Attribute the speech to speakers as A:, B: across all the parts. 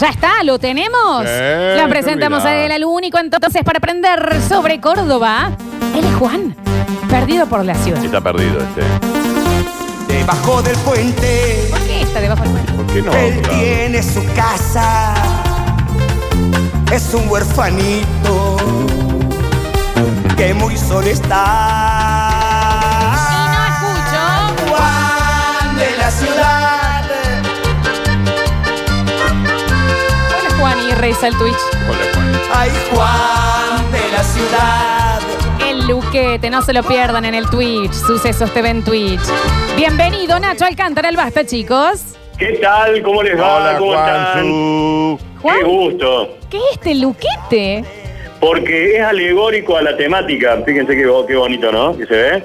A: Ya está, lo tenemos.
B: Sí,
A: la presentamos a
B: mira.
A: él, al único. Entonces, para aprender sobre Córdoba, él es Juan, perdido por la ciudad.
B: Sí, está perdido este.
C: Debajo del puente,
A: ¿Por qué está debajo del puente?
B: ¿Por qué no?
C: él
B: Claro.
C: tiene su casa. Es un huerfanito que muy solo
A: Si
C: está.
A: no escucho.
C: Juan de la ciudad,
A: Hola, Juan, y reza el Twitch.
B: Hola, Juan.
C: ay Juan de la ciudad.
A: El Luquete, no se lo pierdan en el Twitch. Sucesos TV en Twitch. Bienvenido, Nacho Alcántara, el basta, chicos.
D: ¿Qué tal? ¿Cómo les va?
B: Hola,
D: ¿Cómo están?
B: Juanzu.
A: Juan.
D: Qué gusto.
A: ¿Qué es este Luquete?
D: Porque es alegórico a la temática. Fíjense qué, bo- qué bonito, ¿no? Que se ve.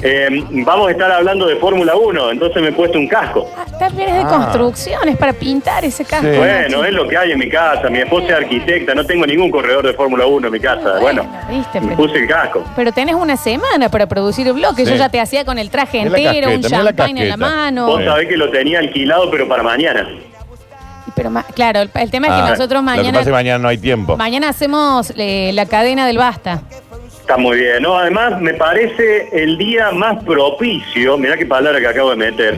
D: Eh, vamos a estar hablando de Fórmula 1, entonces me he puesto un casco.
A: Ah, Está bien, es de construcciones para pintar ese casco.
B: Sí.
D: Bueno, es lo que hay en mi casa. Mi esposa es arquitecta, no tengo ningún corredor de Fórmula 1 en mi casa. Bueno,
A: viste,
D: me
A: pero-
D: puse el casco.
A: Pero tenés una semana para producir el bloque.
B: Sí.
A: Yo ya te hacía con el traje
B: Mirá la
A: entero, un
B: casqueta, mirá la
A: champagne en la
B: casqueta.
A: mano.
D: Vos
B: Sí.
D: sabés que lo tenía alquilado, pero para mañana.
A: Y Pero ma- claro, el, el tema es que
B: Ah,
A: nosotros
B: Lo que pasa
A: mañana,
B: es que mañana no hay tiempo.
A: mañana hacemos eh, la cadena del basta.
D: Está muy bien, ¿no? Además, me parece el día más propicio, mirá qué palabra que acabo de meter,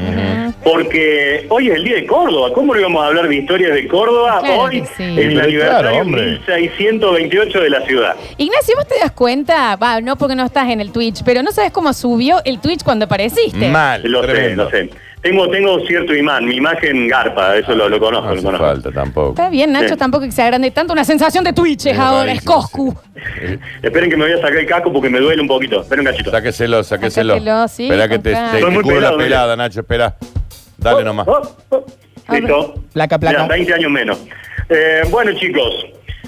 D: porque hoy es el día de Córdoba, ¿cómo no íbamos a hablar de historias de Córdoba?
A: Claro
D: hoy
A: que sí.
D: es el
B: Claro,
D: aniversario
B: hombre.
D: 1628 de la ciudad.
A: Ignacio, ¿vos te das cuenta? Va, no porque no estás en el Twitch, pero no sabes cómo subió el Twitch cuando apareciste.
B: Mal.
D: Lo sé,
B: tremendo.
D: lo sé. Tengo, tengo cierto imán, mi imagen garpa, eso lo, lo
B: No
D: conozco, lo
B: Ah, hace
D: conozco.
B: falta tampoco.
A: Está bien, Nacho,
D: Sí.
A: tampoco que se agrande tanto. Una sensación de Twitch es
B: Es
A: ahora, es
B: rarísimo,
A: Coscu.
D: Esperen que me voy a sacar el casco porque me duele un poquito, esperen un cachito.
B: Sáqueselo, sáqueselo.
A: Sácatelo, sí,
B: Espera que te,
A: comprá.
B: te,
D: Soy muy
B: te cubro la
D: pelado,
B: pelada, Nacho, espera. Dale nomás.
D: Oh, oh.
A: A ver.
D: Listo.
C: Placa, placa.
D: Mirá, 20 años menos. Eh, bueno, chicos,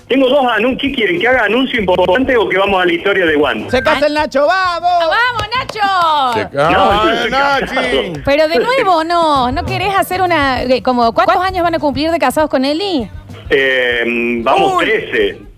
D: tengo dos anuncios. ¿Qué quieren? ¿Que haga anuncio importante o que vamos a la historia de Juan?
C: Se casa el Nacho,
A: ¡Ah,
C: vamos.
A: ¡Vamos, Nacho!
B: Che- ¡Ah,
D: no,
B: Nachi!
A: Pero de nuevo, no, ¿no querés hacer una... eh, como ¿Cuántos años van a cumplir de casados con Eli?
D: Eh, vamos, 13.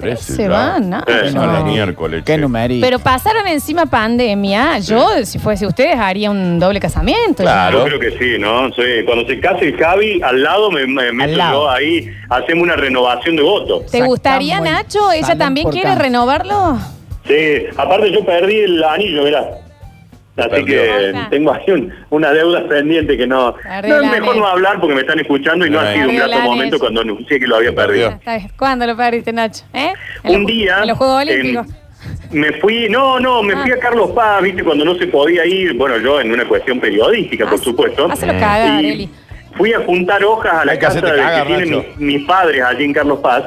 B: Trece,
A: Se
B: ya.
A: van, Nacho.
B: Eh, no, la miércoles.
E: Qué
B: che.
E: numerito.
A: Pero pasaron encima pandemia. Yo, si fuese ustedes, haría un doble casamiento.
B: Claro.
D: Yo creo que sí, ¿no? Soy- cuando se case el Javi, al lado me, me meto
E: lado.
D: yo ahí, hacemos una renovación de voto.
A: ¿Te gustaría,
E: Sacamos el
A: Nacho? ¿Ella
E: salón
A: también
E: por
A: quiere
E: casa.
A: renovarlo? Ah,
D: Sí, aparte yo perdí el anillo, mirá. Así
B: Perdió.
D: que
A: Ajá.
D: tengo ahí un- una deuda pendiente que no...
A: Perdió
D: no
A: el
D: es mejor
A: anillo.
D: no hablar porque me están escuchando y no ha
B: Perdió
D: sido un
A: el
D: grato
A: anillo.
D: momento cuando anuncié que lo había
B: Perdió.
D: perdido.
A: Ah, está bien. ¿Cuándo lo perdiste, Nacho? ¿Eh? En
D: un
A: los-
D: día
A: En los Juegos Olímpicos.
D: em, me fui, no, no, me
A: Ah.
D: fui a Carlos Paz, viste, cuando no se podía ir, bueno, yo en una cuestión periodística, por
A: Haz-
D: supuesto.
A: Hazlo Ah,
B: Eh.
A: cagar,
D: Y
A: Eli.
D: Fui a juntar hojas a la
B: Hay que
D: casa
B: hacerte
D: de-
B: cagar,
D: que tienen
B: Nacho.
D: mis, mis padres allí en Carlos Paz.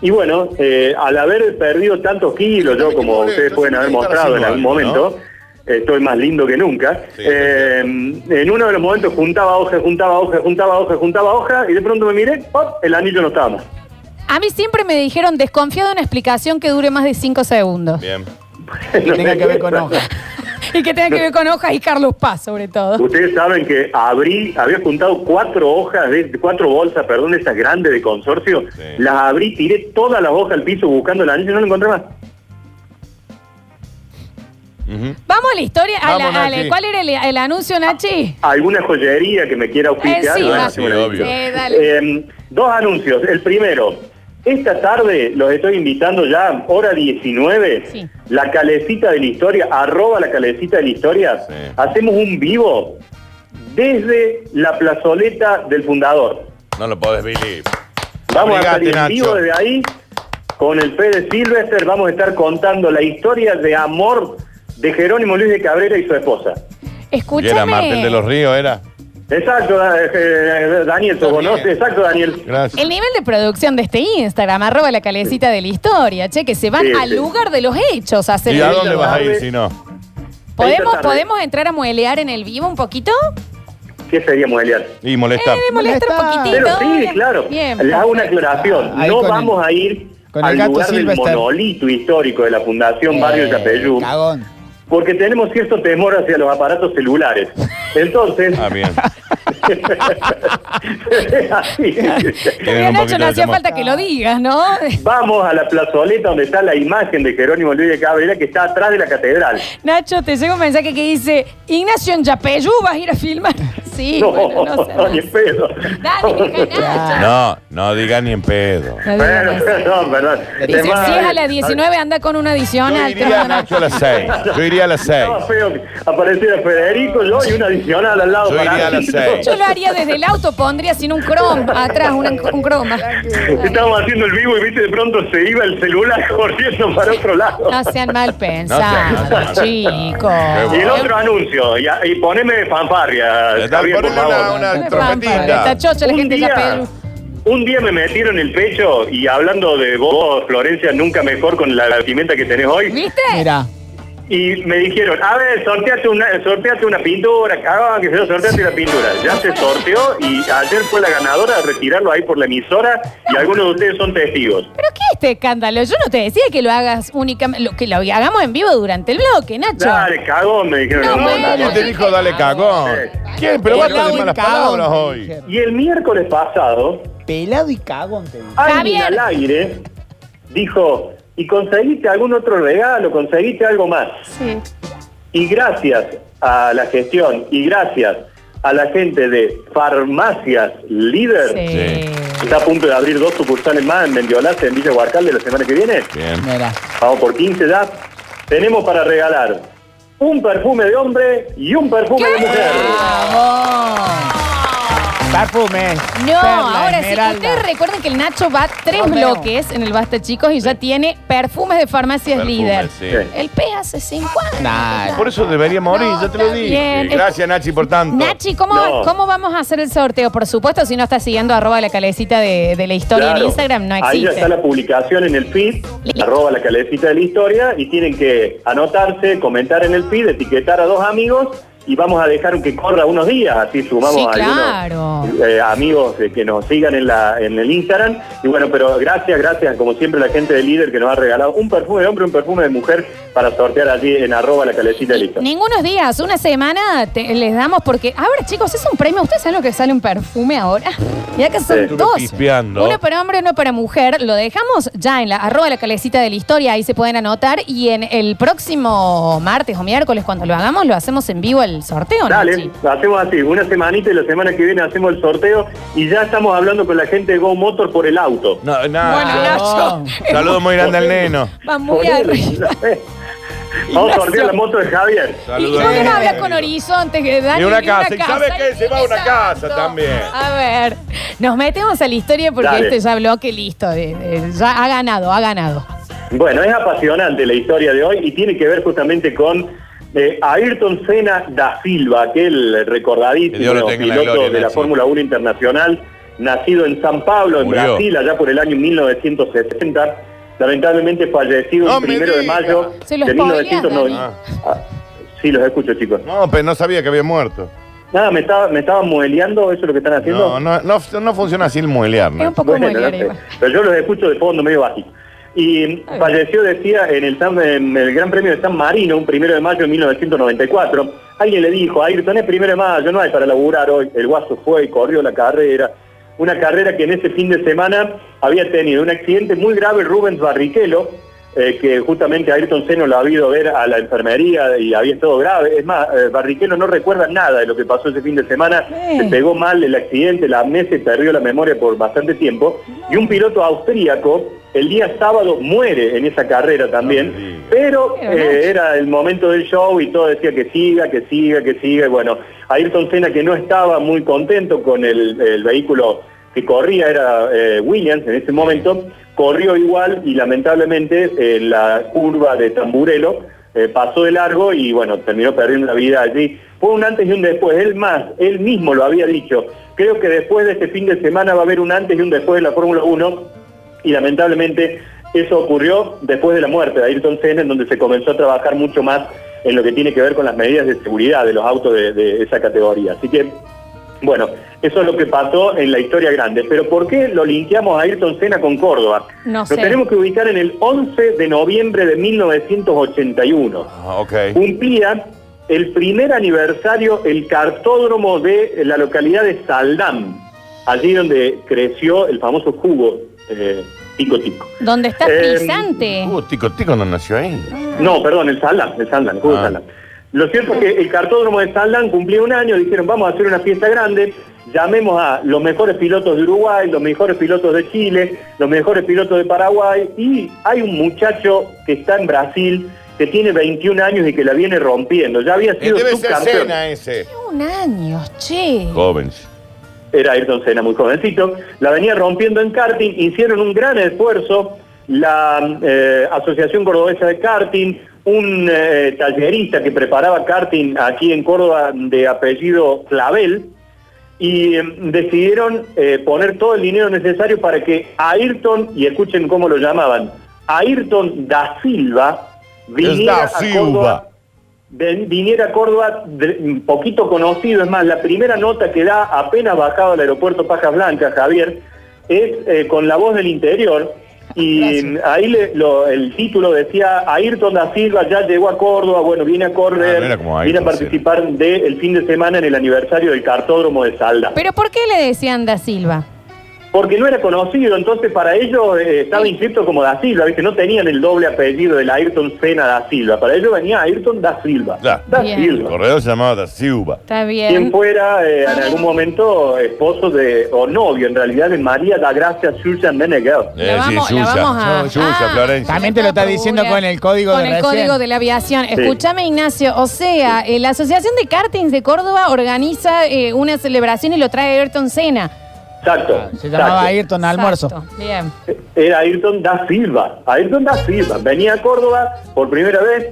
D: Y bueno, eh, al haber perdido tantos kilos, yo
B: Qué
D: como
B: molesto,
D: ustedes pueden
B: siempre
D: haber
B: estar
D: mostrado en
B: haciendo
D: algún
B: algo,
D: momento, estoy más lindo que nunca.
B: Sí.
D: eh, en uno de los momentos juntaba hojas, juntaba hojas, juntaba hojas, juntaba hojas, y de pronto me miré, ¡pop! el anillo no estaba más.
A: A mí siempre me dijeron, desconfía de una explicación que dure más de 5 segundos.
B: Bien.
E: Que tenga que ver con hojas.
A: Y que tenga que ver con hojas y Carlos Paz, sobre todo.
D: Ustedes saben que abrí, había juntado cuatro hojas, de, cuatro bolsas, perdón, esas grandes de consorcio.
B: Sí.
D: Las abrí, tiré todas las hojas al piso buscando el anillo y no lo encontré más.
B: Ujú.
A: Vamos a la historia. a la-
B: Vamos,
A: a la-
B: Nachi. Ah.
A: ¿Cuál era el, el anuncio, Nachi?
D: Alguna joyería que me quiera auspiciar.
A: Eh, sí,
D: bueno,
A: va.
D: hacemos la
B: Sí,
D: visita.
B: obvio.
A: Eh, dale.
D: Eh, dos anuncios. El primero, esta tarde los estoy invitando ya, hora 19,
A: Sí.
D: la calecita de la historia, arroba la calecita de la historia.
B: Sí.
D: Hacemos un vivo desde la plazoleta del fundador.
B: No lo podés, Billy.
D: Vamos a
B: Obligate,
D: estar en vivo
B: Nacho.
D: desde ahí con el Fede Silvester. Vamos a estar contando la historia de amor de Jerónimo Luis de Cabrera y su esposa.
B: ¿Y era Martel de los
A: Escúchame.
B: Ríos, era?
D: Exacto, da- eh, Daniel, ¿te conoces? Exacto, Daniel.
B: Gracias.
A: El nivel de producción de este Instagram, arroba la calecita de la historia, che, que se van
D: Sí,
A: al
D: sí.
A: lugar de los hechos a hacer
B: ¿Y
A: el
B: a
A: vivo.
B: dónde vas a ir
D: tarde.
B: si no?
A: ¿Podemos,
D: Esta tarde.
A: ¿Podemos entrar a muelear en el vivo un poquito?
D: ¿Qué seríamos, Elian?
B: Y
A: Eh,
B: molesta.
A: de molestar un
E: Molestar.
A: poquitito.
D: Pero sí, claro.
A: Bien.
D: Les hago una aclaración.
E: Ah, ahí
D: no
E: con el-
D: vamos a ir
E: con el
D: al
E: gato
D: lugar del
E: Silvester.
D: monolito histórico de la Fundación Barrio
E: Eh,
D: Chapeyú
E: Cagón.
D: porque tenemos cierto temor hacia los aparatos celulares. Entonces,
B: Ah, bien.
D: así.
B: Tienen
A: Pero
B: un
A: Nacho,
B: poquito
A: no
B: de
A: hacía
B: temor.
A: falta que lo digas, ¿no?
D: Vamos a la plazoleta donde está la imagen de Jerónimo Luis de Cabrera que está atrás de la catedral.
A: Nacho, te llega un mensaje que dice, Ignacio en Yapeyú, vas a ir a filmar. sí,
D: no,
A: bueno, no sé.
D: ni en pedo.
A: Dale, Nacho.
B: No, no diga ni en pedo.
A: No digas
D: Bueno,
A: eso.
D: no, perdón.
A: Dice,
D: Además,
A: si es a las 19, anda con una
B: Yo
A: adicional. te
B: iría,
A: van a-
B: Nacho, a las 6. Yo iría a las 6.
D: Estaba feo que apareciera Federico, yo y una adicional al lado.
B: Yo
D: para
B: iría a las
D: mí.
B: seis.
A: Yo lo haría desde el auto, pondría sin un chrome, atrás una- un croma.
D: Estábamos haciendo el vivo y viste de pronto se iba el celular corriendo para otro lado.
A: No sean mal pensados,
B: no sean-
A: chicos.
D: Y el otro anuncio, y, y poneme fanfarria.
B: Está,
D: Javier, por
B: ponle una,
D: favor.
B: una
A: Está
B: trompetita.
A: chocha la gente ya Pedro.
D: un día me metieron el pecho y hablando de vos, Florencia, nunca mejor con la vestimenta que tenés hoy.
A: ¿Viste?
E: Mira,
D: Y me dijeron, a ver, sorteate una, sorteate una pintura, cagón, que se sorteate una pintura. Ya se sorteó y ayer fue la ganadora a retirarlo ahí por la emisora y algunos de ustedes son testigos.
A: ¿Pero qué es este escándalo? Yo no te decía que lo hagas únicamente, lo- que lo hagamos en vivo durante el bloque, Nacho.
D: Dale, cagón, me dijeron.
A: No,
D: "No,
A: bueno,
D: dale".
B: ¿Quién te dijo dale cagón? ¿Quién? Pero basta
E: pelado
B: de
E: y
B: malas
E: cagón.
B: palabras
E: te
B: hoy.
E: dijeron.
D: Y el miércoles pasado,
E: Pelado y cagón te dije.
D: alguien
A: Javier.
D: al aire dijo, y conseguiste algún otro regalo, conseguiste algo más.
A: Sí.
D: Y gracias a la gestión y gracias a la gente de Farmacias Líder,
A: Sí.
D: está a punto de abrir dos sucursales más en Mendiolace, en Villa Guarcalde la semana que viene.
B: Bien.
E: Mira.
D: Vamos por 15 ya. Tenemos para regalar un perfume de hombre y un perfume de mujer.
E: ¡Vamos! Perfumes.
A: No,
E: perla,
A: ahora sí.
E: esmeralda.
A: Ustedes recuerden que el Nacho va tres
E: Romeo.
A: bloques en el Basta Chicos y ya tiene perfumes de farmacias
B: Perfume,
A: líder.
B: sí.
D: Sí.
A: El P hace cinco años.
E: Nah,
B: Por eso debería morir,
A: No,
B: ya te lo
A: está
B: dije.
A: bien.
B: Gracias, Nachi, por tanto.
A: Nachi, ¿cómo,
D: No.
A: ¿cómo vamos a hacer el sorteo? Por supuesto, si no estás siguiendo arroba la calecita de, de la historia en
D: Claro.
A: Instagram, no
D: Ahí ya
A: existe.
D: está la publicación en el feed,
A: Listo.
D: arroba la calecita de la historia, y tienen que anotarse, comentar en el feed, etiquetar a dos amigos, y vamos a dejar que corra unos días, así sumamos
A: Sí,
D: a
A: claro.
D: algunos eh, amigos eh, que nos sigan en, la, en el Instagram. Y bueno, pero gracias, gracias, como siempre, a la gente de líder que nos ha regalado un perfume de hombre, un perfume de mujer para sortear allí en arroba la calecita de la historia.
A: Ningunos días, una semana te- les damos porque. Ahora, chicos, es un premio. ¿Ustedes saben lo que sale un perfume ahora? Ya que son
D: Sí.
B: Estuve
A: dos.
B: pispeando.
A: Uno para hombre, uno para mujer. Lo dejamos ya en la arroba la calecita de la historia. Ahí se pueden anotar. Y en el próximo martes o miércoles, cuando lo hagamos, lo hacemos en vivo el sorteo,
D: Dale,
A: Nachi.
D: hacemos así, una semanita y la semana que viene hacemos el sorteo y ya estamos hablando con la gente de Go Motor por el auto.
B: No,
A: Bueno,
B: Nacho.
A: Nacho.
B: Saludos muy grande al neno.
A: Va muy
D: Ponele.
A: arriba.
D: Vamos a sortear la moto de Javier.
A: ¿Y
B: Saludos.
A: por qué no hablas con horizontes? Que Dani,
B: Y una casa. ¿Y sabes qué?
A: y
B: Se va a una
A: exacto.
B: casa también.
A: A ver, nos metemos a la historia porque
D: Dale.
A: este ya habló que listo, de- de- ya ha ganado, ha ganado.
D: Bueno, es apasionante la historia de hoy y tiene que ver justamente con eh, Ayrton Senna da Silva, aquel
B: Que Dios lo
D: recordadísimo
B: tenga en la
D: piloto
B: gloria,
D: de la
B: Nachi.
D: Fórmula 1 Internacional, nacido en San Pablo, en
B: Murió.
D: Brasil, allá por el año 1960. Lamentablemente fallecido
B: No
D: el
B: me
D: primero de
B: diga.
D: mayo
A: Se lo
D: de
A: spoilean,
D: 1990.
B: Dani.
D: Ah, sí, los escucho, chicos.
B: No, pero no sabía que había muerto.
D: Nada, me estaba, me estaba mueleando, eso es lo que están haciendo.
B: No, no, no, no funciona así el muelear,
A: Es un
B: Nacho.
A: poco
D: Bueno,
A: muy
D: no sé. Pero yo los escucho de fondo, medio bajito. Y
A: Está bien.
D: falleció, decía, en el, San- en el Gran Premio de San Marino, un primero de mayo de 1994. Alguien le dijo, Ayrton, es primero de mayo, no hay para laburar hoy. El guaso fue y corrió la carrera. Una carrera que en ese fin de semana había tenido un accidente muy grave, Rubens Barrichello, eh, que justamente Ayrton Seno lo había ido a ver a la enfermería y había estado grave. Es más, eh, Barrichello no recuerda nada de lo que pasó ese fin de semana.
A: Eh.
D: Se pegó mal el accidente, la amnesia perdió la memoria por bastante tiempo. Y un piloto austríaco el día sábado muere en esa carrera también.
B: No me digas.
D: pero
A: Pero
D: eh,
A: no.
D: era el momento del show y todo decía que siga, que siga, que siga. Y bueno, Ayrton Senna que no estaba muy contento con el, el vehículo que corría, era eh, Williams en ese momento, corrió igual y lamentablemente en la curva de Tamburelo eh, pasó de largo y bueno, terminó perdiendo la vida allí. Fue un antes y un después, él más, él mismo lo había dicho. Creo que después de este fin de semana va a haber un antes y un después de la Fórmula 1 y lamentablemente eso ocurrió después de la muerte de Ayrton Senna, en donde se comenzó a trabajar mucho más en lo que tiene que ver con las medidas de seguridad de los autos de, de esa categoría. Así que, bueno, eso es lo que pasó en la historia grande. Pero ¿por qué lo linkeamos a Ayrton Senna con Córdoba?
A: No
D: Lo
A: sé.
D: tenemos que ubicar en el 11 de noviembre de 1981
B: Ah, ok.
D: cumplía el primer aniversario el cartódromo de la localidad de Saldán, allí donde creció el famoso jugo eh, Tico Tico.
A: ¿Dónde está
D: Eh,
A: Pisante?
B: Uh, tico, tico no nació ahí.
D: No, perdón, el Saldán, el Saldán, el jugo
B: Ah.
D: Saldán. Lo cierto es que el cartódromo de Saldán cumplía un año, dijeron vamos a hacer una fiesta grande, llamemos a los mejores pilotos de Uruguay, los mejores pilotos de Chile, los mejores pilotos de Paraguay y hay un muchacho que está en Brasil que tiene 21 años y que la viene rompiendo. Ya había
B: Eh,
D: sido
B: Debe ser
D: subcampeón.
B: cena ese.
A: Un año, che.
B: Joven.
D: era Ayrton Senna muy jovencito, la venía rompiendo en karting, hicieron un gran esfuerzo la eh, Asociación Cordobesa de Karting, un eh, tallerista que preparaba karting aquí en Córdoba de apellido Clavel, y eh, decidieron eh, poner todo el dinero necesario para que Ayrton, y escuchen cómo lo llamaban, Ayrton da Silva, viniera
B: Es da
D: a
B: Silva.
D: Córdoba Ven- viniera a Córdoba, de- un poquito conocido, es más, la primera nota que da apenas bajado al aeropuerto Pajas Blancas, Javier, es eh, con la voz del interior. Y
A: Gracias.
D: ahí le- lo- el título decía, Ayrton da Silva ya llegó a Córdoba, bueno, viene a
B: Ah, no
D: correr,
B: era como
D: viene a
B: Ayrton
D: participar del fin de semana en el aniversario del cartódromo de Salda.
A: ¿Pero por qué le decían da Silva?
D: Porque no era conocido, entonces para ellos eh, estaba inscrito como da Silva, ¿viste? no tenían el doble apellido del Ayrton Senna da Silva, para ellos venía Ayrton da Silva.
B: Ya.
D: Da
A: Bien.
B: El
D: Silva.
B: corredor se llamaba Da Silva.
A: Está
D: quien
A: bien.
D: fuera eh, en algún momento esposo de, o novio en realidad de María da Gracia Susan Meneghel.
A: La vamos- la vamos a-
B: Yo, Yuya,
A: Ah.
B: Florencia.
E: Eh, También te lo está diciendo con el código
A: Con
E: de
A: el
E: recién.
A: código de la aviación. Escúchame, Ignacio. O sea, eh, la Asociación de Kartings de Córdoba organiza eh, una celebración y lo trae Ayrton Senna.
D: Exacto.
E: Ah, Se llamaba
D: exacto.
E: Ayrton Almuerzo.
A: Exacto. Bien.
D: Era Ayrton da Silva. Ayrton da Silva. Venía a Córdoba por primera vez,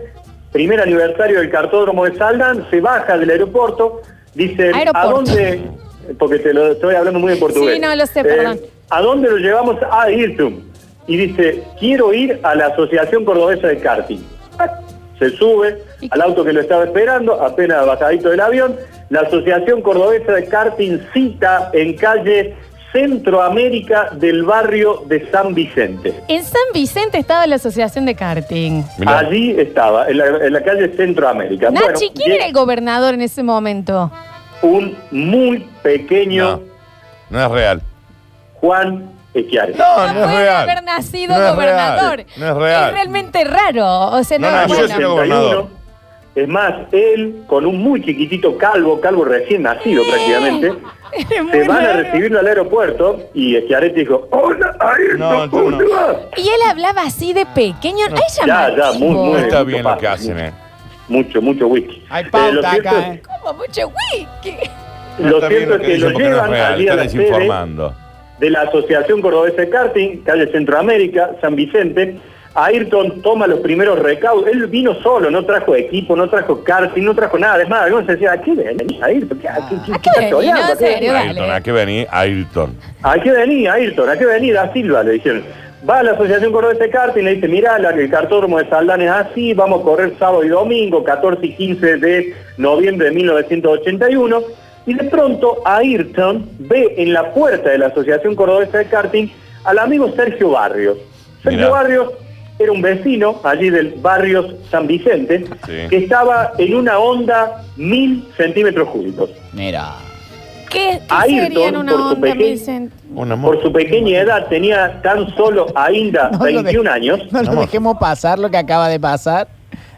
D: primer aniversario del cartódromo de Saldán, se baja del aeropuerto, dice,
A: Aeropuerto.
D: ¿a dónde? Porque te lo estoy hablando muy en portugués. Eh,
A: Sí, no, lo sé, perdón.
D: ¿A dónde lo llevamos? A Ayrton. Y dice, quiero ir a la Asociación Cordobesa de Karting. Ah, Se sube
A: ¿Y
D: al auto que lo estaba esperando, apenas bajadito del avión. La Asociación Cordobesa de Karting cita en calle Centroamérica del barrio de San Vicente.
A: En San Vicente estaba la Asociación de Karting.
B: Mirá.
D: Allí estaba, en la, en la calle Centroamérica. Bueno,
A: Nachi, ¿quién
D: llega
A: era el gobernador en ese momento?
D: Un muy pequeño
B: No, no es real.
D: Juan Equiares.
B: No, no, es
A: puede
B: real.
A: haber nacido
B: No es
A: gobernador.
B: real. No es real.
A: realmente raro. O sea, no,
B: No nació
A: bueno.
B: siendo gobernador.
D: Es más, él con un muy chiquitito calvo, calvo recién nacido prácticamente,
A: Es muy
D: se van a
A: raro.
D: recibirlo al aeropuerto y Esquiaret dijo, hola, Ayrton,
B: No, tú
D: ¿cómo
B: no.
D: te va?
A: Y él hablaba así de pequeño. Ay,
D: Ya, ya, muy,
A: llamativo.
D: muy.
B: No está
D: mucho
B: bien lo
D: paso,
B: que hacen, eh.
D: Mucho, mucho whisky.
E: Hay
D: Eh,
E: pauta
D: lo cierto
E: acá,
D: es-
E: ¿eh?
A: Como mucho wiki.
B: No
D: lo
B: está bien
D: cierto es que
B: dicen
D: lo
B: porque no
D: llevan
B: es real,
D: allí a
B: Está
D: la sede
B: desinformando.
D: de la Asociación Cordobesa de Karting, calle Centroamérica, San Vicente. Ayrton toma los primeros recaudos. Él vino solo, no trajo equipo, no trajo karting, no trajo nada. Es más, algunos decían, ¿a qué venís, Ayrton? ¿Qué- ¿A qué, qué-
A: Ah. ¿A
D: qué
A: qué
D: estás
A: venís?
D: choreando?
A: No,
D: ¿A
A: en
D: qué
A: serio,
D: venís?
A: dale.
B: Ayrton, ¿a qué venís? Ayrton.
D: ¿A qué venís, Ayrton? ¿A qué venís, Da Silva? Le dijeron. Va a la Asociación Cordobesa de Karting y le dice, mirá, la- el cartódromo de Saldán es así, vamos a correr sábado y domingo, 14 y 15 de noviembre de 1981. Y de pronto Ayrton ve en la puerta de la Asociación Cordobesa de Karting al amigo Sergio Barrios. Sergio
B: Mirá.
D: Barrios era un vecino allí del Barrios San Vicente
B: Sí.
D: que estaba en una onda mil centímetros cúbicos.
E: Mira.
A: ¿Qué, qué
D: Ayrton,
A: sería en una
D: por su
A: onda,
D: pequeño-
A: Vicente?
B: Un amor.
D: Por su pequeña edad tenía tan solo ainda
E: No lo
D: 21
E: de-
D: años.
E: No lo
B: Amor.
E: dejemos pasar lo que acaba de pasar.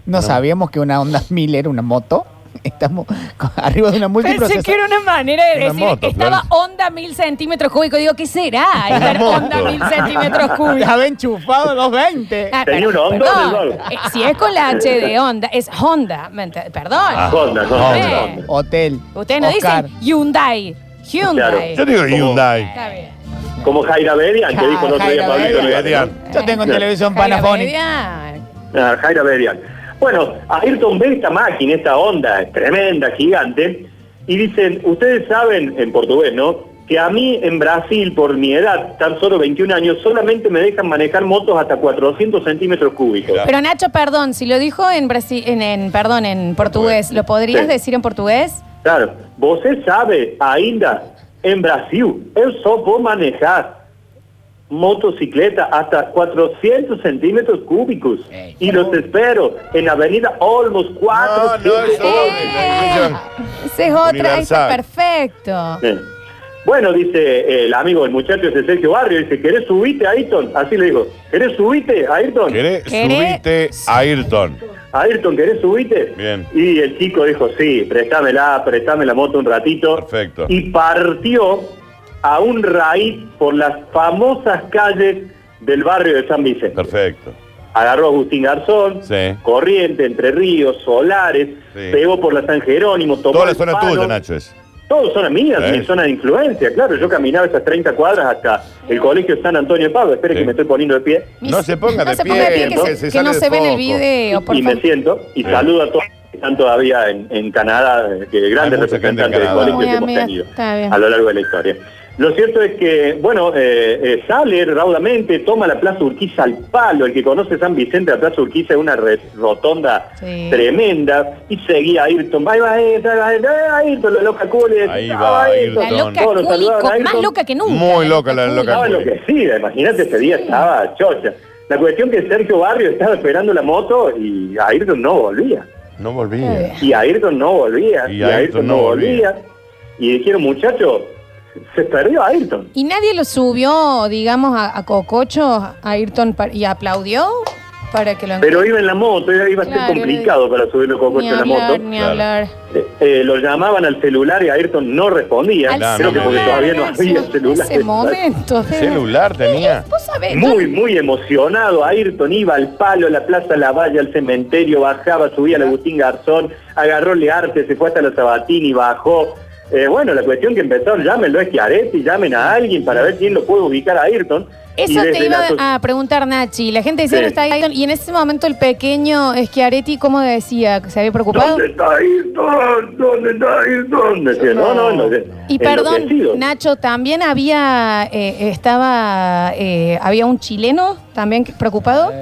E: No, sabíamos que una Honda 1000 era una moto. Estamos con- arriba de
A: Pensé
E: una
A: que
E: multiprocesadora.
A: era una manera de
B: Una
A: decir
B: moto,
A: estaba
B: Florencia.
A: onda mil centímetros cúbicos. Digo, ¿qué será? Estar
B: moto.
A: onda mil centímetros cúbicos.
E: Estaba enchufado 220.
A: Ah,
D: Tenía
A: perdón,
D: un Honda,
A: perdón.
D: perdón.
A: Eh, Si es con la H de onda, es Honda. ¿me ent- Perdón.
B: Ah.
D: Honda, Honda,
B: Honda.
D: Honda.
E: Hotel.
A: Ustedes no
E: Oscar.
A: dicen Hyundai. Hyundai.
B: Yo digo Hyundai.
A: Está bien.
D: Como Jaira Berian, que
E: Ah,
D: dijo el otro día
E: Jaira
D: Pablito
E: Berian.
D: Rivera.
E: Yo tengo en televisión
A: Jaira
E: panafónica.
A: Bedián.
D: Ah, Jaira Berian. Bueno, Ayrton ve esta máquina, esta onda tremenda, gigante, y dicen, ustedes saben, en portugués, ¿no? Que a mí en Brasil, por mi edad, tan solo 21 años, solamente me dejan manejar motos hasta 400 centímetros cúbicos.
B: Mirá.
A: Pero Nacho, perdón, si lo dijo en, Brasi- en, en- perdón, en portugués, ¿lo podrías
D: Sí.
A: decir en portugués?
D: Claro, você sabe ainda, en Brasil, eu só vou manejar motocicleta hasta 400 centímetros cúbicos
E: Ey.
D: y los espero en Avenida Olmos 4.
B: No, no, eso-
A: Eh, Esa es otra, ahí está
B: Universal.
A: perfecto.
D: Bueno, dice el amigo, el muchacho ese Sergio Barrio, dice, ¿querés subirte, Ayrton? Así le digo, ¿querés subirte, Ayrton?
B: ¿Querés
A: ¿Querés?
B: subirte a Ayrton?
D: Ayrton, ¿querés subirte?
B: Bien.
D: Y el chico dijo, sí, préstamela, préstame la moto un ratito.
B: Perfecto.
D: Y partió a un raíz por las famosas calles del barrio de San Vicente.
B: Perfecto.
D: Agarró a Agustín Garzón,
B: Sí.
D: Corriente, Entre Ríos, Solares,
B: Sí.
D: pegó por la San Jerónimo, tomó
B: Toda la
D: el
B: zona
D: Palo.
B: tuya, Nacho, es.
D: Todo zona mía,
B: Sí.
D: mi zona de influencia, claro. Yo caminaba esas 30 cuadras hasta el colegio San Antonio de Pablo. Espere
B: Sí.
D: que me estoy poniendo de pie.
A: Mis-
B: No se ponga
A: no
B: de
A: se
B: pie,
A: ponga de pie, que,
B: porque
A: se-
B: se
A: que
B: sale
A: no
B: de
A: se ve en el
B: foco.
A: video, por
D: y me
A: favor.
D: siento y
B: Sí.
D: saludo a todos los que están todavía en, en Canadá, eh, que grandes
B: mucha gente en
D: representantes de
B: Canadá.
D: colegios
A: Muy
D: que hemos
A: amiga,
D: tenido
A: está bien.
D: a lo largo de la historia. Lo cierto es que, bueno, eh, eh, sale raudamente, toma la Plaza Urquiza al palo. El que conoce San Vicente, la Plaza Urquiza es una re- rotonda
A: Sí.
D: tremenda. Y seguía Ayrton. Ahí va Ayrton, ahí va Ayrton, ahí va Ayrton, la loca Cule.
B: Ahí va Ayrton.
A: La loca
D: Todos lo
A: Culi,
D: saludaban a
A: con- más
D: Ayrton.
A: loca que nunca.
B: Muy loca la loca
A: Culi.
D: Estaba enloquecida, imagínate, ese día estaba chocha. La cuestión que Sergio Barrio estaba esperando la moto y Ayrton no volvía.
B: No volvía.
D: Y Ayrton no volvía.
B: Y
D: Y,
B: Ayrton
D: Ayrton,
B: no
D: no volvía. Y dijeron, muchachos, se perdió Ayrton.
A: ¿Y nadie lo subió, digamos, a, a Cococho, a Ayrton, pa- y aplaudió para que lo
D: Pero iba en la moto, iba iba a
A: Claro,
D: ser complicado para subirlo con
A: Ni
D: coche en la
A: hablar,
D: moto.
A: ni
B: Claro.
A: hablar.
D: Eh, eh, lo llamaban al celular y Ayrton no respondía.
A: Al
B: Claro,
D: creo que porque
B: celular,
D: todavía no había
A: ese-
D: celular.
A: Ese momento. de-
B: Celular tenía.
A: Vos sabés,
D: Muy, muy emocionado. Ayrton iba al palo, a la plaza La Valle, al cementerio, bajaba, subía al Agustín Garzón, agarró Learte, se fue hasta la Sabatini, bajó. Eh, bueno, la cuestión que empezaron, llámenlo a Schiaretti, llamen a alguien para ver quién lo puede ubicar a Ayrton. Y
A: Eso
D: desde
A: te
D: la so-
A: iba a preguntar, Nachi. La gente decía,
D: Sí.
A: no está Ayrton. Y en ese momento el pequeño Schiaretti, ¿cómo decía? ¿Se había preocupado?
D: ¿Dónde está Ayrton? ¿Dónde está Ayrton? Decía, no, no, no.
A: Y perdón,
D: eh, enloquecido.
A: Nacho, también había, eh, estaba, eh, había un chileno también que- preocupado.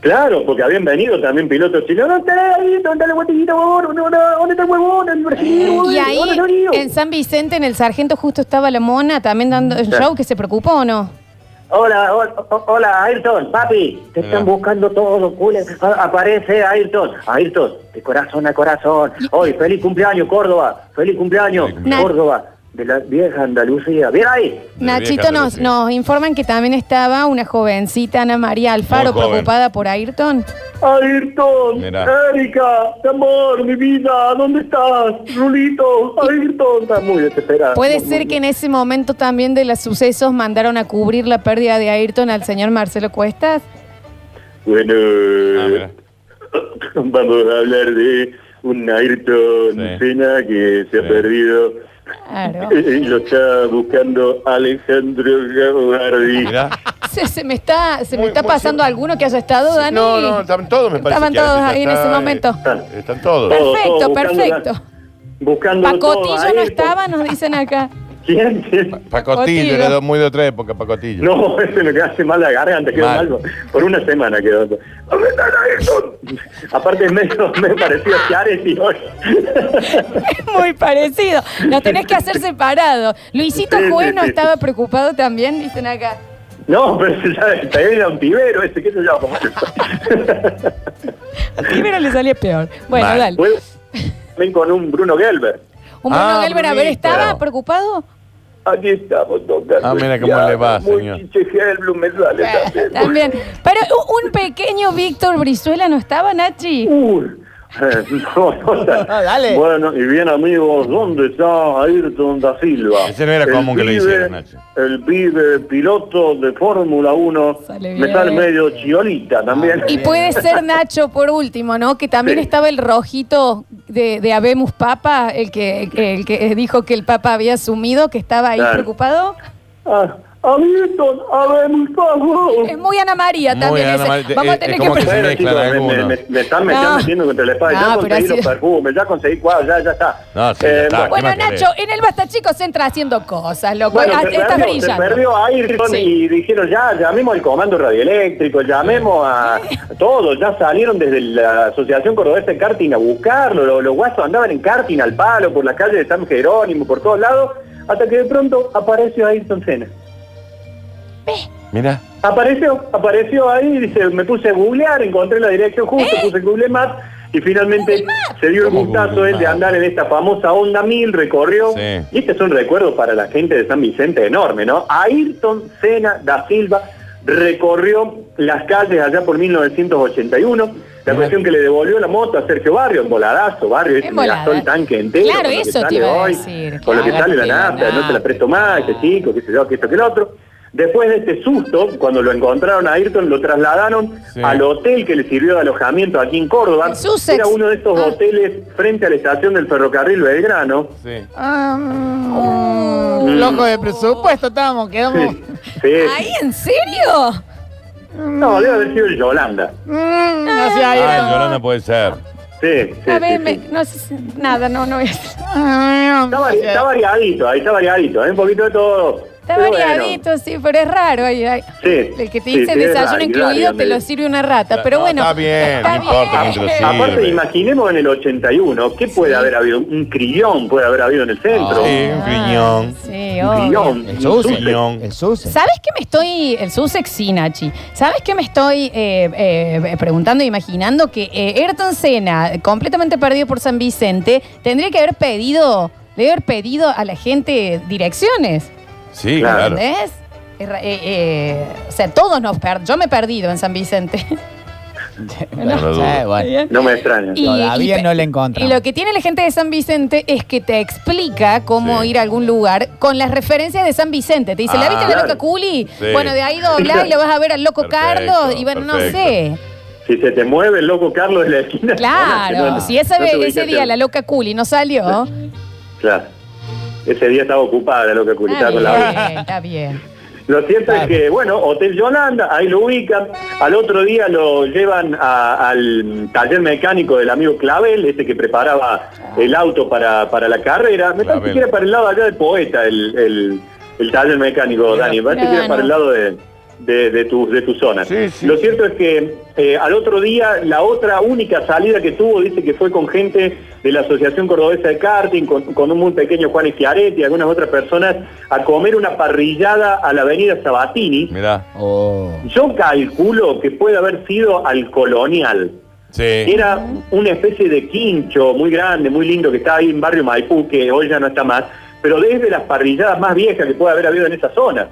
D: Claro, porque habían venido también pilotos chilenos. ¿Dónde está Ayrton? ¿Dónde está la guatillita, huevón? ¿Dónde dónde está el huevón? ¿El brasileño?
A: Y ahí,
D: ¿Dónde está el lío?
A: en San Vicente, en el sargento, justo estaba la mona también dando el
D: Claro.
A: show que se preocupó o no.
D: Hola, hola, hola, Ayrton, papi, te
B: Hola.
D: están buscando todos los cules. A- Aparece Ayrton, Ayrton, de corazón a corazón. Hoy, feliz cumpleaños, Córdoba, feliz cumpleaños,
B: Feliz
A: cumpleaños.
D: Córdoba, de la vieja Andalucía. Bien ahí.
B: De
A: Nachito
B: vieja
A: nos,
B: Andalucía.
A: nos informan que también estaba una jovencita, Ana María Alfaro,
B: Muy joven.
A: preocupada por Ayrton.
D: Ayrton,
B: Mirá.
D: Erika, mi amor, mi vida, ¿dónde estás? Rulito, Ayrton, está muy desesperada.
A: Puede
D: Muy,
A: ser
D: muy-
A: que en ese momento también de los sucesos mandaron a cubrir la pérdida de Ayrton al señor Marcelo Cuestas.
D: Bueno,
B: Ah, mira.
D: vamos a hablar de un Ayrton
B: Sí.
D: Senna que se ha
B: Sí.
D: perdido.
A: Claro.
D: Eh, eh, lo está buscando Alejandro Gavardi.
B: Mirá.
A: Se, se me está, se me
B: Muy-
A: está
B: muy
A: pasando
B: cierto.
A: alguno que haya estado, Oh, Dani.
B: No, no, están todos, me parece.
A: Estaban
B: que
A: todos
B: Ayrton
A: ahí en
B: está,
A: ese momento.
B: eh, Están todos.
D: Todo,
A: Perfecto,
D: todo, buscando
A: perfecto.
D: la- Buscando todo
A: Pacotillo
D: a
A: no
D: Ayrton.
A: estaba, nos dicen acá.
D: ¿Quién? ¿Quién?
B: Pacotillo,
A: Pacotillo.
B: era de- muy de otra época, Pacotillo.
D: No, ese me hace mal la garganta, quedó
B: Mal.
D: mal. Por una semana quedó. ¿Dónde está Ayrton? Aparte, me, me parecía Chiaretti hoy.
A: Muy parecido. Lo tenés que hacer separado. Luisito
D: Sí, sí,
A: Juez no
D: sí.
A: estaba preocupado también, dicen acá.
D: No, pero ese ya está, era un tibero ese, qué sé yo.
A: A Primero le salía peor. Bueno,
B: Mal.
A: dale.
D: Fue también con un Bruno Gelber.
A: Un Bruno
B: Ah,
A: Gelber, a ver,
B: Brunito.
A: ¿estaba preocupado?
D: Aquí estamos tocando.
B: Ah, mira
D: el
B: cómo le va,
D: piano, muy
B: señor.
D: pinche Gelblum me sale también.
A: También. Pero u- un pequeño Víctor Brizuela no estaba, Nachi.
D: Uy, eh, no, no,
A: Ah,
E: dale.
D: Bueno, y bien amigos, ¿dónde está Ayrton da Silva?
B: Ese no era común que le hicieran, Nacho.
D: El pibe piloto de Fórmula 1,
A: Sale bien. Ah,
D: me sale medio chiolita también.
A: Y puede ser Nacho, por último, ¿no? Que también
D: Sí.
A: estaba el rojito de, de Abemus Papa, el que, el que dijo que el Papa había asumido, que estaba ahí
D: Claro.
A: preocupado.
D: Ah, Ayrton, a ver, mi
A: Es Eh, muy Ana María
B: Muy
A: también.
B: Ana
A: ese.
B: María,
A: Vamos
B: eh,
A: a tener
B: es
A: que...
B: como que se
A: pre-
D: Bueno,
B: mezclan
D: chicos, me, me-
B: algunos.
D: me- me están, me
A: No.
D: están metiendo contra la espada.
A: No,
D: ya
A: pero
D: conseguí
A: así-
D: los perfumes, ya conseguí cuadros, ya, ya está. Eh,
B: No, sí, ya está, ¿qué
A: Bueno,
B: más querés?
A: Nacho, en el Basta Chicos entra haciendo cosas, loco.
D: Bueno,
A: Ah,
D: se
A: Estás
D: perdió, se
A: brillando.
D: perdió Ayrton
A: Sí.
D: y dijeron ya, llamemos al comando radioeléctrico, llamemos a todos, ya salieron desde la Asociación Cordobesa de Karting a buscarlo, los, los guasos andaban en karting al palo, por la calle de San Jerónimo, por todos lados, hasta que de pronto apareció Ayrton Senna.
B: Mirá.
D: Apareció, apareció ahí, dice, me puse a googlear, encontré la dirección
A: ¿Eh?
D: justo, puse Google Maps y finalmente se dio el
B: ¿Cómo
D: gustazo
B: Google
D: él de
B: Maps?
D: andar en esta famosa Onda 1000, recorrió.
B: Sí.
D: Y este es un recuerdo para la gente de San Vicente enorme, ¿no? Ayrton Senna da Silva recorrió las calles allá por 1981, La cuestión que le devolvió la moto a Sergio Barrio, en voladazo, Barrio, ese
A: En
D: me gastó
A: voladazo.
D: el tanque entero.
A: Claro,
D: con lo que
A: eso te
D: sale
A: iba a
D: hoy,
A: decir,
D: Con lo que
A: claro,
D: sale la
A: que la
D: nafta, no te la
A: nafta,
D: presto más,
A: claro.
D: que chico, que se yo, que esto, que el otro. Después de este susto, cuando lo encontraron a Ayrton, lo trasladaron
B: Sí.
D: al hotel que le sirvió de alojamiento aquí en Córdoba.
A: En Sussex.
D: Era uno de estos
A: Ah.
D: hoteles frente a la estación del ferrocarril Belgrano.
B: Sí.
E: Ah, mm, Loco de presupuesto, estamos, quedamos.
D: Sí. Sí.
A: ¿Ahí en serio?
D: No, debe haber sido el Yolanda.
E: Mm, hacia ahí.
B: Ah, Yolanda puede ser.
D: Sí, sí,
A: A
D: sí,
A: ver,
D: sí.
A: me- no sé, si- nada, no, no es.
D: Está, vari- está variadito, ahí está variadito, hay un poquito de todo.
A: Está
D: Pero bueno.
A: variadito, sí, pero es raro. ay, ay.
D: Sí,
A: el que te
D: sí,
A: dice
D: sí, es
A: desayuno
D: raro, es
A: incluido
D: raro,
A: te lo
D: sí.
A: sirve una rata. Pero
B: No,
A: bueno.
B: está bien, no importa quién te lo sirve.
D: Aparte, imaginemos en el 81, ¿qué puede haber habido? Un crillón puede haber habido en el centro.
B: Sí, un criñón.
A: Ah, Sí,
D: Un
A: obvio.
D: crillón.
E: El Sussex.
B: Sucesión.
E: El Sussex.
A: ¿Sabes qué me estoy, el Sussex sí, Nachi, ¿sabes qué me estoy eh, eh, preguntando e imaginando? Que eh, Ayrton Senna, completamente perdido por San Vicente, tendría que haber pedido, le debe haber pedido a la gente direcciones,
B: Sí,
D: Claro.
B: claro.
A: ¿entendés? Es ra- eh, eh, o sea, todos nos perdimos, yo me he perdido en San Vicente.
B: No lo dudo.
E: Sí, bueno.
D: No me extraña.
A: Y-
E: Todavía
A: y-
E: no la
A: Y
E: encontramos.
A: lo que tiene la gente de San Vicente es que te explica cómo
B: Sí.
A: ir a algún lugar con las referencias de San Vicente. Te dice, ¿la
B: Ah,
A: viste la
D: claro.
A: loca Culi?
B: Sí.
A: Bueno, de ahí doblás y lo vas a ver al loco
B: Perfecto,
A: Carlos. Y bueno,
B: perfecto.
A: no sé.
D: Si se te mueve el loco Carlos de la esquina.
A: Claro,
D: no,
A: si esa
D: no
A: ve-
D: te
A: ese
D: ubicas
A: día
D: en-
A: la loca Culi no salió,
D: Claro. Ese día estaba ocupada la loca
A: está
D: culita con la
A: bien, está bien.
D: Lo cierto es que, bueno, Hotel Yolanda, ahí lo ubican. Al otro día lo llevan a- al taller mecánico del amigo Clavel, ese que preparaba
A: Ah.
D: el auto para, para la carrera. Me parece
B: Clavel.
D: que era para el lado allá de Poeta el, el- el taller mecánico, Dani. Me parece
A: mira,
D: que
A: Dani.
D: era para el lado de, de- de tu, de tu zona.
B: Sí, sí,
D: lo
B: sí.
D: cierto es que eh, al otro día la otra única salida que tuvo dice que fue con gente de la Asociación Cordobesa de Karting, con, con un muy pequeño Juan Schiaretti y algunas otras personas a comer una parrillada a la avenida Sabatini.
B: Mirá.
E: Oh.
D: Yo calculo que puede haber sido al colonial.
B: Sí.
D: Era una especie de quincho muy grande, muy lindo, que está ahí en barrio Maipú, que hoy ya no está más, pero desde las parrilladas más viejas que puede haber habido en esa zona.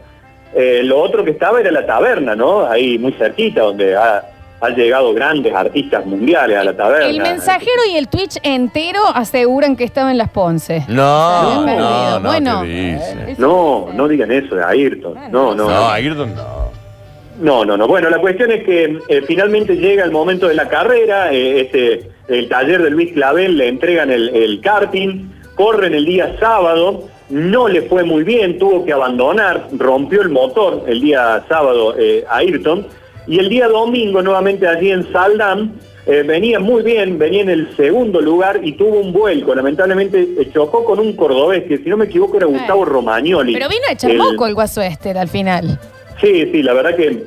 D: Eh, lo otro que estaba era la taberna, ¿no? Ahí muy cerquita, donde ha, han llegado grandes artistas mundiales a la taberna.
A: El mensajero y el Twitch entero aseguran que estaba en las Ponce.
B: No,
A: Se me ha perdido.
B: no, no,
A: Bueno.
B: ¿qué dice?
D: No, no digan eso de Ayrton. No, no,
B: No,
D: no.
B: Ayrton no.
D: No, no, no. Bueno, la cuestión es que eh, finalmente llega el momento de la carrera, eh, este, el taller de Luis Clavel le entregan el, el karting, corren el día sábado, no le fue muy bien, tuvo que abandonar, rompió el motor el día sábado eh, a Ayrton, y el día domingo nuevamente allí en Saldam, eh, venía muy bien, venía en el segundo lugar y tuvo un vuelco, lamentablemente eh, chocó con un cordobés, que si no me equivoco era Gustavo Romagnoli.
A: Pero vino a echar
D: El-
A: moco el guaso este al final.
D: Sí, sí, la verdad que,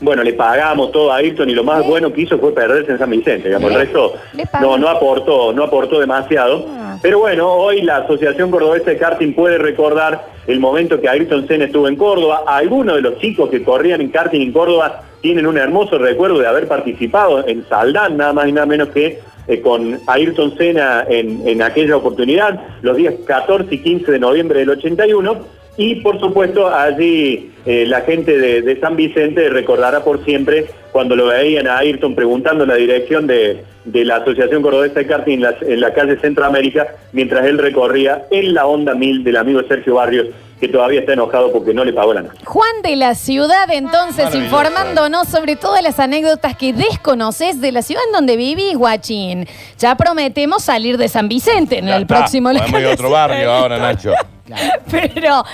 D: bueno, le pagamos todo a Ayrton y lo más bueno que hizo fue perderse en San Vicente, digamos, el
A: Le-
D: resto
A: le pagamos. Ah.
D: no, no aportó, no aportó demasiado. Pero bueno, hoy la Asociación Cordobesa de Karting puede recordar el momento que Ayrton Senna estuvo en Córdoba. Algunos de los chicos que corrían en karting en Córdoba tienen un hermoso recuerdo de haber participado en Saldán, nada más y nada menos que eh, con Ayrton Senna en, en aquella oportunidad, los días 14 y 15 de noviembre del 81. Y por supuesto allí eh, la gente de, de San Vicente recordará por siempre cuando lo veían a Ayrton preguntando la dirección de, de la Asociación Cordobesa de Karting en la, en la calle Centroamérica mientras él recorría en la Onda 1000 del amigo Sergio Barrios que todavía está enojado porque no le pagó la noche.
A: Juan de la ciudad, entonces,
B: Maravilloso.
A: informándonos sobre todas las anécdotas que desconoces de la ciudad en donde vivís, Guachín. Ya prometemos salir de San Vicente en
B: Ya
A: el
B: está.
A: próximo
B: Podemos ir a otro barrio ahora, Nacho.
A: Pero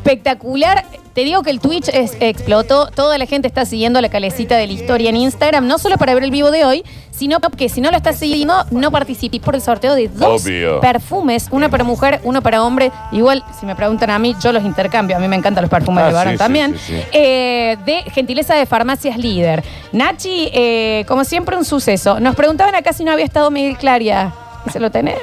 A: espectacular. Te digo que el Twitch es- explotó. Toda la gente está siguiendo la calecita de la historia en Instagram, no solo para ver el vivo de hoy, sino que si no lo estás siguiendo, no participís por el sorteo de dos
B: Obvio.
A: perfumes, uno para mujer, uno para hombre. Igual, si me preguntan a mí, yo los intercambio. A mí me encantan los perfumes
B: Ah,
A: de varón
B: sí, sí,
A: también.
B: sí, sí.
A: Eh, de Gentileza de Farmacias Líder. Nachi, eh, como siempre, un suceso. Nos preguntaban acá si no había estado Miguel Claria. ¿Se lo tenés?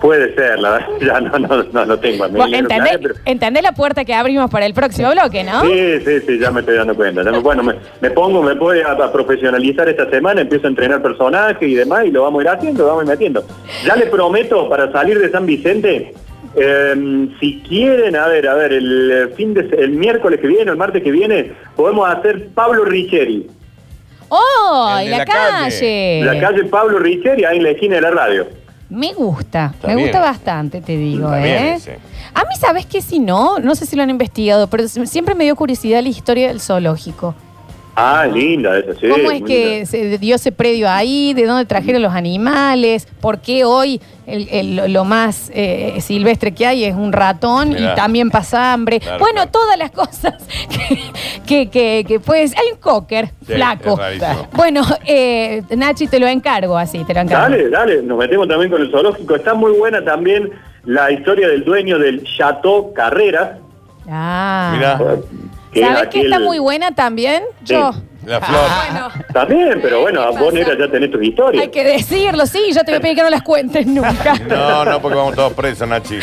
D: Puede ser, la verdad, ya no, no, no, no tengo a mí,
A: Ah. Vos
D: no
A: entendés,
D: sé, pero-
A: entendés la puerta que abrimos para el próximo bloque, ¿no?
D: Sí, sí, sí, ya me estoy dando cuenta. Ya me- bueno, me, me pongo, me voy a, a profesionalizar esta semana, empiezo a entrenar personajes y demás, y lo vamos a ir haciendo, lo vamos a ir metiendo. Ya les prometo, para salir de San Vicente, eh, si quieren, a ver, a ver, el eh, fin de se- el miércoles que viene, o el martes que viene, podemos hacer Pablo Richeri.
A: ¡Oh!
B: El
A: Y
B: de
A: la,
B: la
A: calle.
B: calle.
D: La calle Pablo Richeri, ahí en la esquina de la radio.
A: Me gusta,
B: Está
A: me
B: bien.
A: gusta bastante, te digo,
B: Está bien
A: ¿eh?
B: ese.
A: A mí, ¿sabes que Si no, no sé si lo han investigado, pero si- siempre me dio curiosidad la historia del zoológico.
D: Ah, linda esa, sí.
A: ¿Cómo es
D: muy
A: que
D: linda.
A: se dio ese predio ahí? ¿De dónde trajeron los animales? ¿Por qué hoy el- el- lo- lo más eh, silvestre que hay es un ratón
B: Mirá.
A: y también pasa hambre?
B: Claro,
A: bueno,
B: claro.
A: todas las cosas que, que, que, que puedes. Hay un cocker
B: Sí,
A: flaco.
B: es rarísimo.
A: bueno, eh, Nachi, te lo encargo así, te lo encargo.
D: Dale, dale, nos metemos también con el zoológico. Está muy buena también la historia del dueño del Chateau Carreras.
A: Ah.
B: Mirá,
A: ¿Sabes que está
D: aquel-
A: muy buena también?
D: Sí. Ah.
A: Yo.
B: la flor.
A: Bueno,
D: También, pero bueno,
A: ¿Qué
D: vos
A: pasa?
D: negra ya tenés tus historias.
A: hay que decirlo, sí, yo te voy a pedir que no las cuentes nunca.
B: No, no, porque vamos todos presos, Nachi.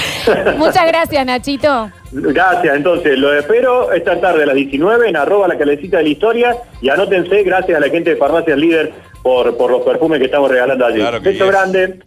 A: Muchas gracias, Nachito.
D: Gracias, entonces, lo espero esta tarde a las 19 en arroba la calecita de la historia y anótense, gracias a la gente de Farmacias Líder por, por los perfumes que estamos regalando allí.
B: Claro que
D: Beso
B: yes.
D: grande.